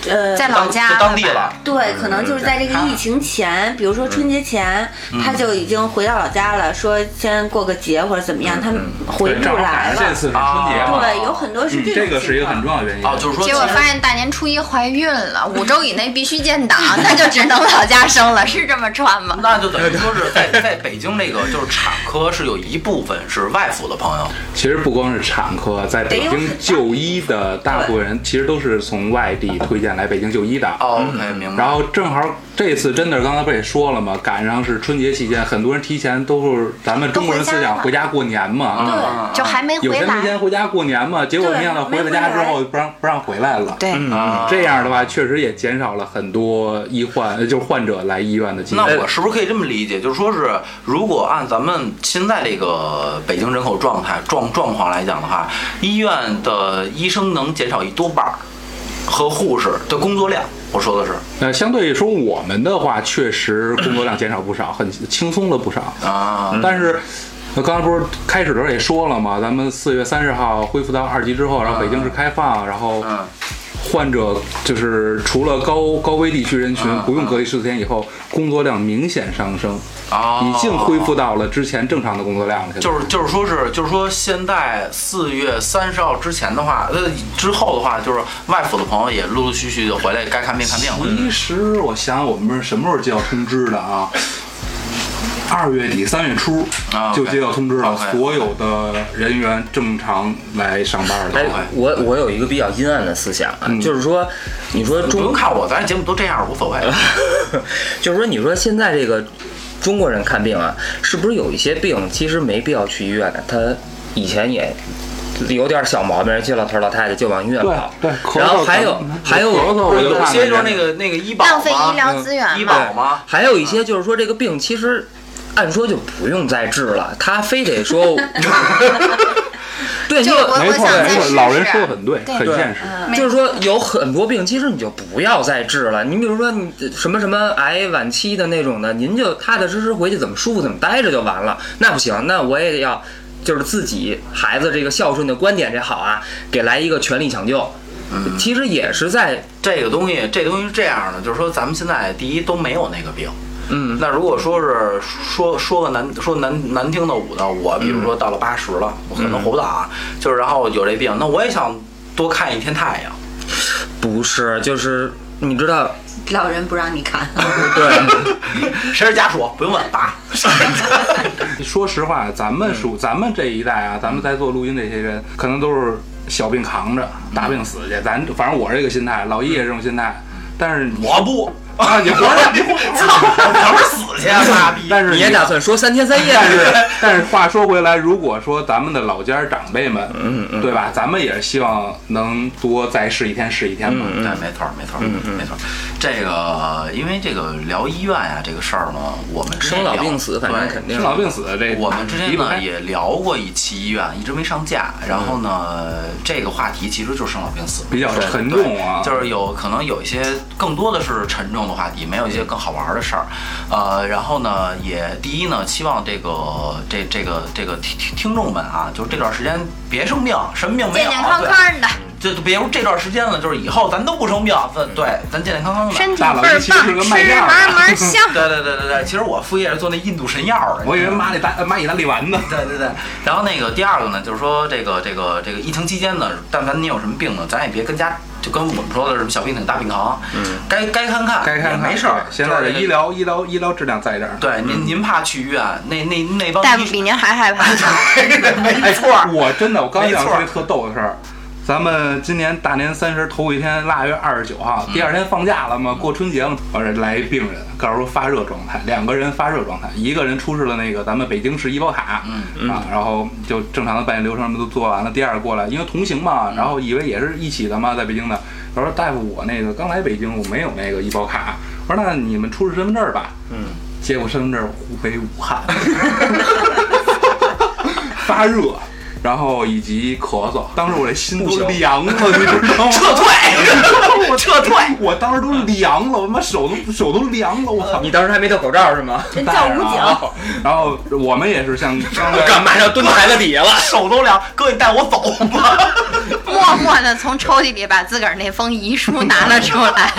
呃
在老家
就当地
了吧
了。
对，
嗯
可能就是在这个疫情前，比如说春节前，他
嗯
就已经回到老家了，说先过个节或者怎么样，他们
嗯
回
对
不
正好
来
赶上这
了。
次是春节嘛，
对，有很多是
嗯
这种
这个是一个很
情况
重要的原因。
哦哦，就是说，
结果发现大年初一怀孕了，五周以内必须建档，那就只能老家生了，是这么穿吗？
那就等于说是在在北京那个就是产科是有一部分是外府的朋友，
其实不光是产科，在北京就医的大部分人其实都是从外地推荐来北京就医的。
哦，OK，明白。
嗯
然后正好这次真的是刚才不也说了吗？赶上是春节期间，很多人提前都是咱们中国人思想
都
回
回
家过年嘛，
啊
就还没
有
回
些提前
来。
回家过年嘛，结果没想到回了家之后不让不让回来了。嗯
对，
啊
这样的话，确实也减少了很多医患呃就是患者来医院的机
那
会。
我是不是可以这么理解，就是说是，如果按咱们现在这个北京人口状态状状况来讲的话，医院的医生能减少一多半儿，和护士的工作量，我说的是
呃，相对于说我们的话，确实工作量减少不少，很轻松了不少。
啊，
但是，呃刚才不是开始的时候也说了嘛，咱们四月三十号恢复到二级之后，然后北京市开放，然后
嗯
患者就是除了高高危地区人群不用隔离十四天以后，工作量明显上升，
啊，
已经恢复到了之前正常的工作量了。现在
就是就是说是就是说，现在四月三十号之前的话，呃之后的话，就是外府的朋友也陆陆续续的回来，该看病看病了。
其实我想想，我们是什么时候接到通知的啊？二月底、三月初
啊，OK
就接到通知了
OK，
所有的人员正常来上班
哎
了。
哎，
我我有一个比较阴暗的思想
嗯
啊，就是说，你说
不用
中，
看我，咱节目都这样，无所谓。
就是说，你说现在这个中国人看病啊，是不是有一些病其实没必要去医院的？他以前也有点小毛病，人家老头儿老太太就往医院
对
跑。
对，咳
然后
嗽
还有
咱们
还有
咳嗽，
不
我
是
就
有
看
些就是
看
那个那个医保
浪费
啊
吗
医疗资源
医
嘛
保。吗？
还有一些就是说这个病其实按说就不用再治了，他非得 说，对，
就
因为
我
没错
我想再
没
试
错，
试
老人说的很对，
对
很
对
现实。
没
就是说有很多病，其实你就不要再治了。你比如说你什么什么癌晚期的那种的，您就踏踏实实回去，怎么舒服怎么待着就完了。那不行，那我也得要，就是自己孩子这个孝顺的观点这好啊，给来一个全力抢救。其实也是在
这个东西，这东西是这样的，就是说咱们现在第一都没有那个病。
嗯，
那如果说是说说个难说难难听的武道，我比如说到了八十了，我可能活不到啊，
嗯
就是然后有这病，那我也想多看一天太 阳。
不是就是你知道，
老人不让你看，
对，
谁是家属？不用问，爸。
嗯
说实话，咱们属咱们这一代啊，咱们在做录音这些人，可能都是小病扛着，大病死去。咱反正我这个心态，老易也这种心态。但是
我不，
啊，你活着，你活 着。
操，我不是死去啊，妈逼！
但是
你也打算说三天三夜
但
是
是
吧？
但是话说回来，如果说咱们的老家长辈们，嗯嗯，对吧？咱们也是希望能多再试一天是一天嘛。
嗯
对，哎没错儿，没错儿，没错儿。这个因为这个聊医院呀、这个事儿呢，我们之前
生老
聊
病死，反正
对
肯定
生老病死这
嗯我们之前
离不
呢
开
也聊过一期医院，一直没上架。然后呢，这个话题其实就是生老病死，
嗯比较沉重啊
对就是有可能有一些更多的是沉重的话题，没有一些更好玩的事儿。呃，然后呢，也第一呢，希望这个这这个这个听听听众们啊，就是这段时间别生病，什么病没
健
有，
健康
对
康
啊
的，
就就别这段时间了，就是以后咱都不生病，咱对，咱健健康康的。
身体
大佬
倍儿
这期是个
棒，
卖
吃
药的
嘛嘛香。
对对对对对，其实我副业是做那印度神药的。
我以为蚂蚁大蚂蚁大力丸呢。
对对对，然后那个第二个呢，就是说这个这个这个疫情期间呢，但凡你有什么病呢，咱也别跟家就跟我们说的什么小病挺大病扛，嗯，该该看看，
该看 看
也没事儿。
对现在
就
的
是这
医
个，
疗医疗医疗质量在这儿。
对您您怕去医院，那那那帮
大夫
医
比您还害怕，
没错儿，
哎我真的，我刚才想说
没
一特逗的事儿。咱们今年大年三十头一天，腊月二十九
嗯
号，第二天放假了嘛，过春节了。我这来一病人，告诉说发热状态，两个人发热状态，一个人出示了那个咱们北京市医保卡，
嗯
啊，然后就正常的办理流程什么都做完了。第二个过来，因为同行嘛，
嗯
然后以为也是一起的嘛，在北京的。我说大夫，我那个刚来北京，我没有那个医保卡。我说那你们出示身份证儿吧。嗯，结果身份证儿湖北武汉。 发热，然后以及咳嗽。当时我这心
不行
都凉了，你知 道吗？
撤退，撤退。
我当时都凉了，我他妈手都手都凉了，我
呃
操！
你当时还没戴口罩是吗？
人叫武警。
然后我们也是像刚才
干嘛要蹲台子底下了？
手都凉，哥，你带我走吧。
默默的从抽屉里把自个儿那封遗书拿了 出来。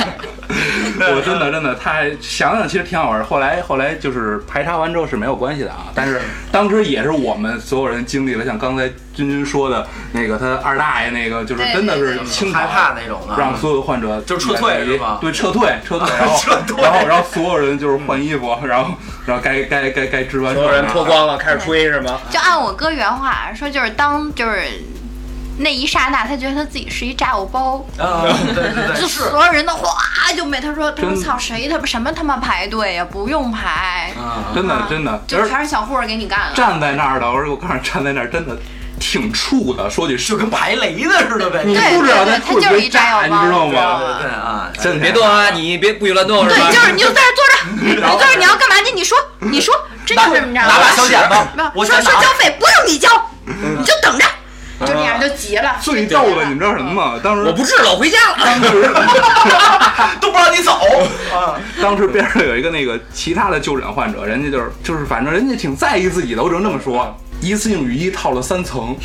我真的真的太想想，其实挺好玩儿。后来后来就是排查完之后是没有关系的啊，但是当时也是我们所有人经历了，像刚才君君说的那个他二大爷那个，就是
对
真的
对
是
对
清
害
场
怕那种的，
让所有的患者
啊就撤退是吧啊
对，撤退，撤退，然后
撤退
然后然后所有人就是换衣服，然后然后该该该该治完之
所
后
有人脱，光了开始吹是吗？
就按我哥原话啊说，就是当就是那一刹那，他觉得他自己是一炸药包，
啊，对对
就
对，是。
所有人都哗就没。他说：“我
哎真
操，谁他妈什么他妈排队呀、不用排，
嗯
真的
啊
真的，
就全是小混混给你干了。
站在那儿的，我说我告诉你，站在那儿真的挺怵的。说句实
就
话，
跟排雷的似的呗，
你
对
不知道
对对
会不
他就是
会
一炸药
炸，你知道
包对
吗？
对啊，
真的
别动啊，你别不许乱动”是
对
吧，？
就是你就在这儿坐着，你坐着你要干嘛去？你说，你说，真就是这么着。
拿把小剪子
没有，
我
说
先
说
拿
交费不用你交，你就等着。就这样就急了。
最
就急
逗
了
的嗯你们知道什么吗？当时
我不治了，我回家了。
都不让你走啊！
当时边上有一个那个其他的就诊患者，人家就是就是反正人家挺在意自己的，我只能这么说。一次性雨衣套了三层，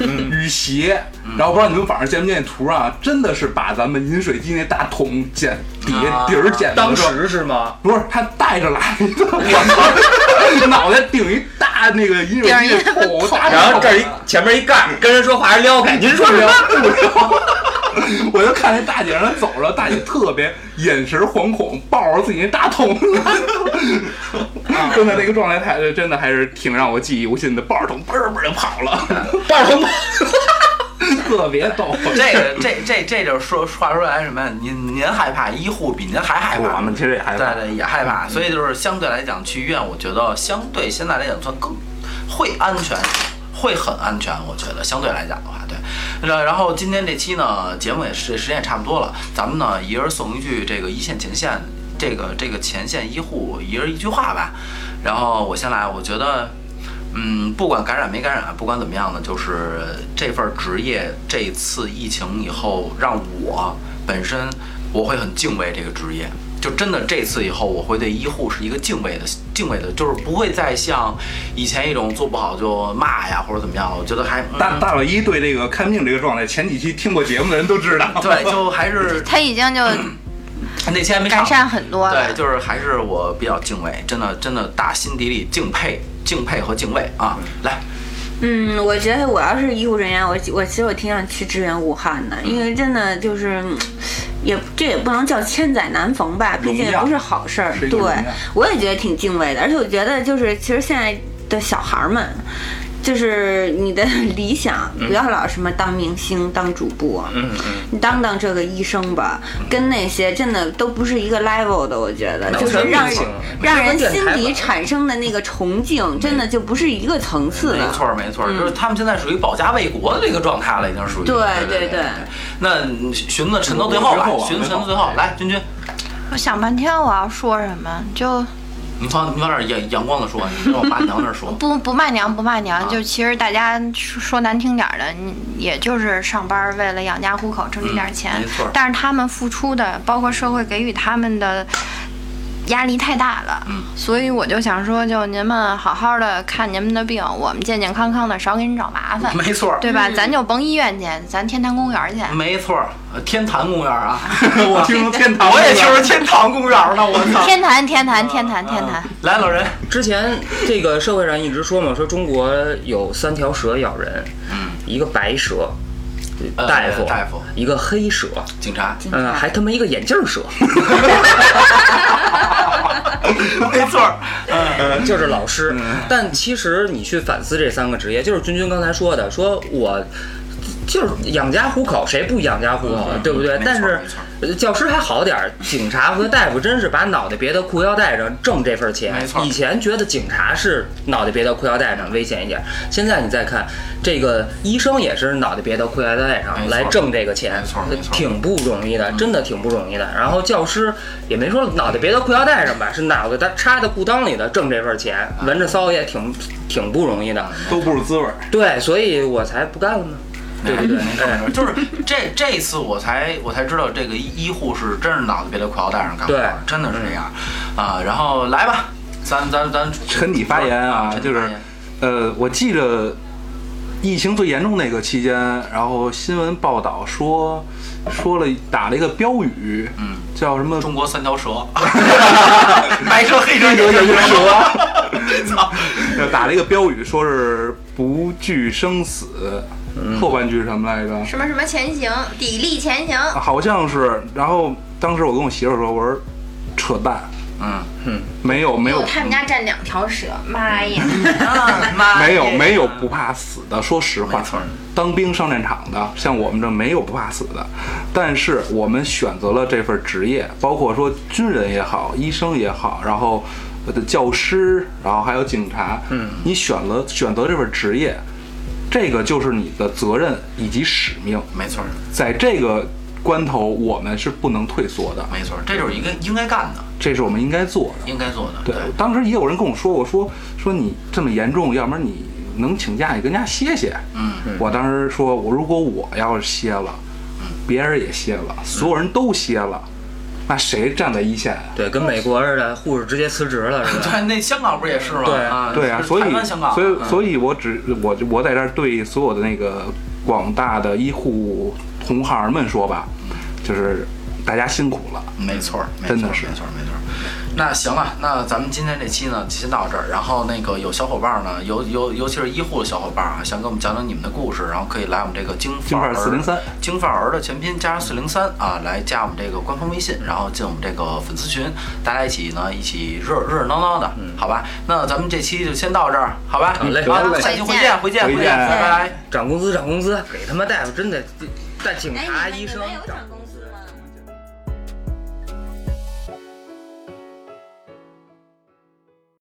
嗯
雨鞋，然后不知道你们网上见没见图啊？真的是把咱们饮水机那大桶剪底
啊
下底儿剪的，
当时是吗？
不是他带着来 的，我操，脑袋顶一大那个饮水机的桶，大
然后这儿一前面一盖儿，跟人说话还撩开，您说什么？
桶 我就看那大姐让她走着，大姐特别眼神惶恐，抱着自己那大桶， 真的那个状态太真的还是挺让我记忆犹新的，抱着桶嘣儿嘣儿就跑了，抱着桶 特别逗。
这个这这这就是说话说来什么呀？您您害怕，医护比您还害怕。
我们其实也害怕
对对，也害怕。所以就是相对来讲，去医院，我觉得相对现在来讲算更会安全，会很安全。我觉得相对来讲的话，对。然然后今天这期呢，节目也是时间也差不多了，咱们呢一人送一句这个一线前线这个这个前线医护一人一句话吧。然后我先来，我觉得。嗯，不管感染没感染，不管怎么样呢，就是这份职业，这次疫情以后，让我本身我会很敬畏这个职业。就真的这次以后，我会对医护是一个敬畏的敬畏的，就是不会再像以前一种做不好就骂呀或者怎么样了。我觉得还、嗯
大大老一对这个看病这个状态，前几期听过节目的人都知道。
对，就还是
他已经就
那期还没上
改善很多了
对，。就是还是我比较敬畏，真的真的打心底里敬佩、敬佩和敬畏啊！来，
嗯，我觉得我要是医护人员，我我其实我挺想去支援武汉的，因为真的就是，嗯也这也不能叫千载难逢吧，毕竟也不是好事儿
是。一个
对
荣耀，
我也觉得挺敬畏的，而且我觉得就是其实现在的小孩儿们。就是你的理想，不要老什么当明星、当主播，你当当这个医生吧，跟那些真的都不是一个 level 的。我觉得就是
全
让
明星
让人
每个电
心
台
底
版
产生的那个崇敬，真的就不是一个层次的。
没错儿，没错儿，就是他们现在属于保家卫国的这个状态了，已经属于。
对
对
对对
那寻子沉到最后吧
最后，啊
寻子
最后
沉到最后，来，君君，
我想半天我要说什么，就。
你放你往那儿阳阳光的说，你往马娘那儿说
不不骂娘不骂
啊
娘，就其实大家说说难听点儿的，你也就是上班为了养家糊口挣这点儿钱
嗯没错，
但是他们付出的，包括社会给予他们的。压力太大了，
嗯
所以我就想说，就您们好好的看您们的病，我们健健康康的，少给人找麻烦，
没嗯错儿，
对吧？咱就甭医院去，咱天坛公园去。
没错儿，呃天坛公园 啊，
我听说天堂，
我也听说天坛公园了，我操！
天坛，天坛，天坛，天坛。
来，老 人，
之前这个社会上一直说嘛，说中国有三条蛇咬人，一个白蛇，
呃
嗯大夫，
大夫，
一个黑蛇，
警察，
嗯，还他妈一个眼镜蛇，
没错 儿，
就是老师。
嗯
但其实你去反思这三个职业，就是君君刚才说的，说我。就是养家糊口，谁不养家糊口啊，对不对
嗯没？错
但是
没错
呃教师还好点儿，警察和大夫真是把脑袋别到裤腰带上挣这份钱
没。错
以前觉得警察是脑袋别到裤腰带上危险一点，现在你再看这个医生也是脑袋别到裤腰带
没
上
错
来挣这个钱
没错嗯没错，
挺不容易的，真的挺不容易的。然后教师也没说脑袋别到裤腰带上
嗯
吧，是脑袋他插到裤裆里的挣这份钱，
啊
闻着骚也挺挺不容易的。
嗯
都不是滋味儿。
对，所以我才不干了呢，对不对？哎
就是这这次我才我才知道这个医医护是真是脑子别在裤腰带上干活
对
儿，真的是这样啊。然后来吧，咱咱咱
陈底发言啊，
陈
就
底发
是
言，
呃，我记着疫情最严重那个期间，然后新闻报道说说了打了一个标语，嗯，叫什么？
中国三条 蛇，白蛇、黑蛇、
有
眼
有
镜蛇。
蛇，
操！
啊打了一个标语，说是不惧生死，
嗯
后半句是什么来着？
什么什么前行，砥砺前行。
好像是。然后当时我跟我媳妇儿说，我说扯淡，
嗯，
没有没有
他们家站两条蛇，妈呀！
没有没有不怕死的，说实话
没错，
当兵上战场的，像我们这没有不怕死的，但是我们选择了这份职业，包括说军人也好，医生也好，然后呃教师，然后还有警察，嗯，你选了选择这份职业，这个就是你的责任以及使命，
没错儿，
在这个关头我们是不能退缩的，
没错儿，这就是应该应该干的，
这是我们应该做的。
应该做的。
对，当时也有人跟我说过，说说你这么严重，要不然你能请假你跟家歇歇。嗯，我当时说，我如果我要是歇了，
嗯
别人也歇了，所有人都歇了，那谁站在一线啊？
对，跟美国似的，护士直接辞职了，是 吧？
对，那香港不是也是吗？
对
啊，
对啊，
是
所以
台湾香港，
所以
嗯
所以我只我我在这儿对所有的那个广大的医护同行们说吧，就是大家辛苦了。
没错儿，没
真
错
的
儿
是
没错儿，没错儿。那行了，那咱们今天这期呢，先到这儿。然后那个有小伙伴呢，尤尤尤其是医护的小伙伴啊，想给我们讲讲你们的故事，然后可以来我们这个京
京
范儿
范儿403
京范儿的全拼加上四零三啊，来加我们这个官方微信，然后进我们这个粉丝群，大家一起呢一起热热热闹闹的，好吧？那咱们这期就先到这儿，好吧？
好嘞
好
好
嘞
下期
回
回
见
见，回见，
回
回见，
见
拜拜。
涨工资，涨工资，给他妈大夫真的，但警
哎，
察、
你们
医
你
生
们有
涨
涨工